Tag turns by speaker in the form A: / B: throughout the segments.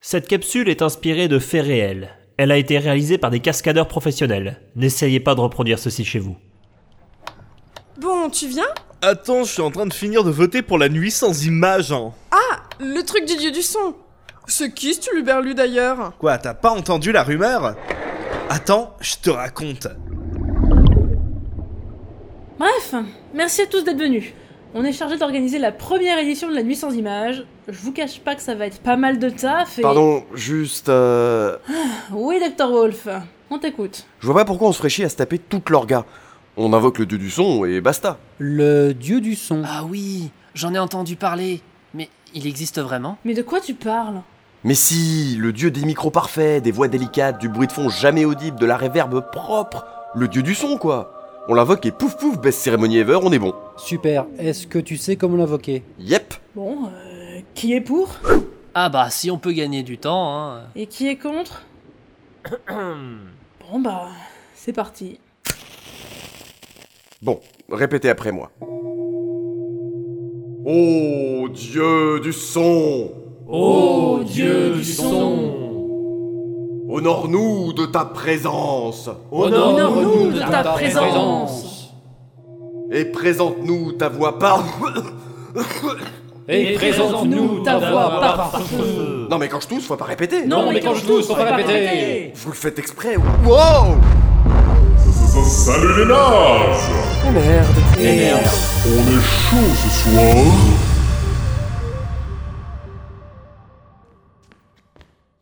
A: Cette capsule est inspirée de faits réels. Elle a été réalisée par des cascadeurs professionnels. N'essayez pas de reproduire ceci chez vous.
B: Bon, tu viens
C: Attends, je suis en train de finir de voter pour la nuit sans images. hein.
B: Le truc du dieu du son C'est qui ce berlu d'ailleurs
C: Quoi, t'as pas entendu la rumeur Attends, je te raconte.
D: Bref, merci à tous d'être venus. On est chargé d'organiser la première édition de la Nuit sans images. Je vous cache pas que ça va être pas mal de taf et...
E: Pardon, juste. euh,
D: Oui, Dr Wolf, on t'écoute.
E: Je vois pas pourquoi on se fraîchit à se taper toute l'orga. On invoque le dieu du son et basta.
F: Le dieu du son.
G: Ah oui, j'en ai entendu parler. Mais il existe vraiment
D: Mais de quoi tu parles
E: Mais si, le dieu des micros parfaits, des voix délicates, du bruit de fond jamais audible, de la réverbe propre. Le dieu du son, quoi. On l'invoque et pouf pouf, best cérémonie ever, on est bon.
F: Super. Est-ce que tu sais comment l'invoquer
E: Yep.
D: Bon, euh, qui est pour
G: Ah bah si on peut gagner du temps, hein.
D: Et qui est contre Bon bah, c'est parti.
E: Bon, répétez après moi. Ô Dieu du son,
A: Ô Dieu du son,
E: honore-nous de ta présence
D: Honore-nous de ta présence
E: et présente-nous ta voix par.
F: Et
D: présente-nous ta voix par
A: feu.
E: non mais quand je tousse, faut pas répéter.
F: mais quand je tousse, faut pas répéter.
E: Vous le faites exprès. ou- Wow.
H: Salut les nages On est chaud ce soir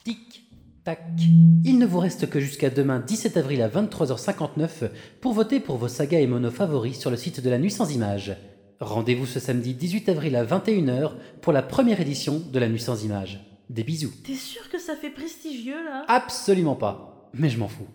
F: Tic, tac. Il ne vous reste que jusqu'à demain 17 avril à 23h59 pour voter pour vos sagas et monos favoris sur le site de la Nuit sans images. Rendez-vous ce samedi 18 avril à 21h pour la première édition de la Nuit sans images. Des bisous.
D: T'es sûr que ça fait prestigieux là
F: Absolument pas. Mais je m'en fous.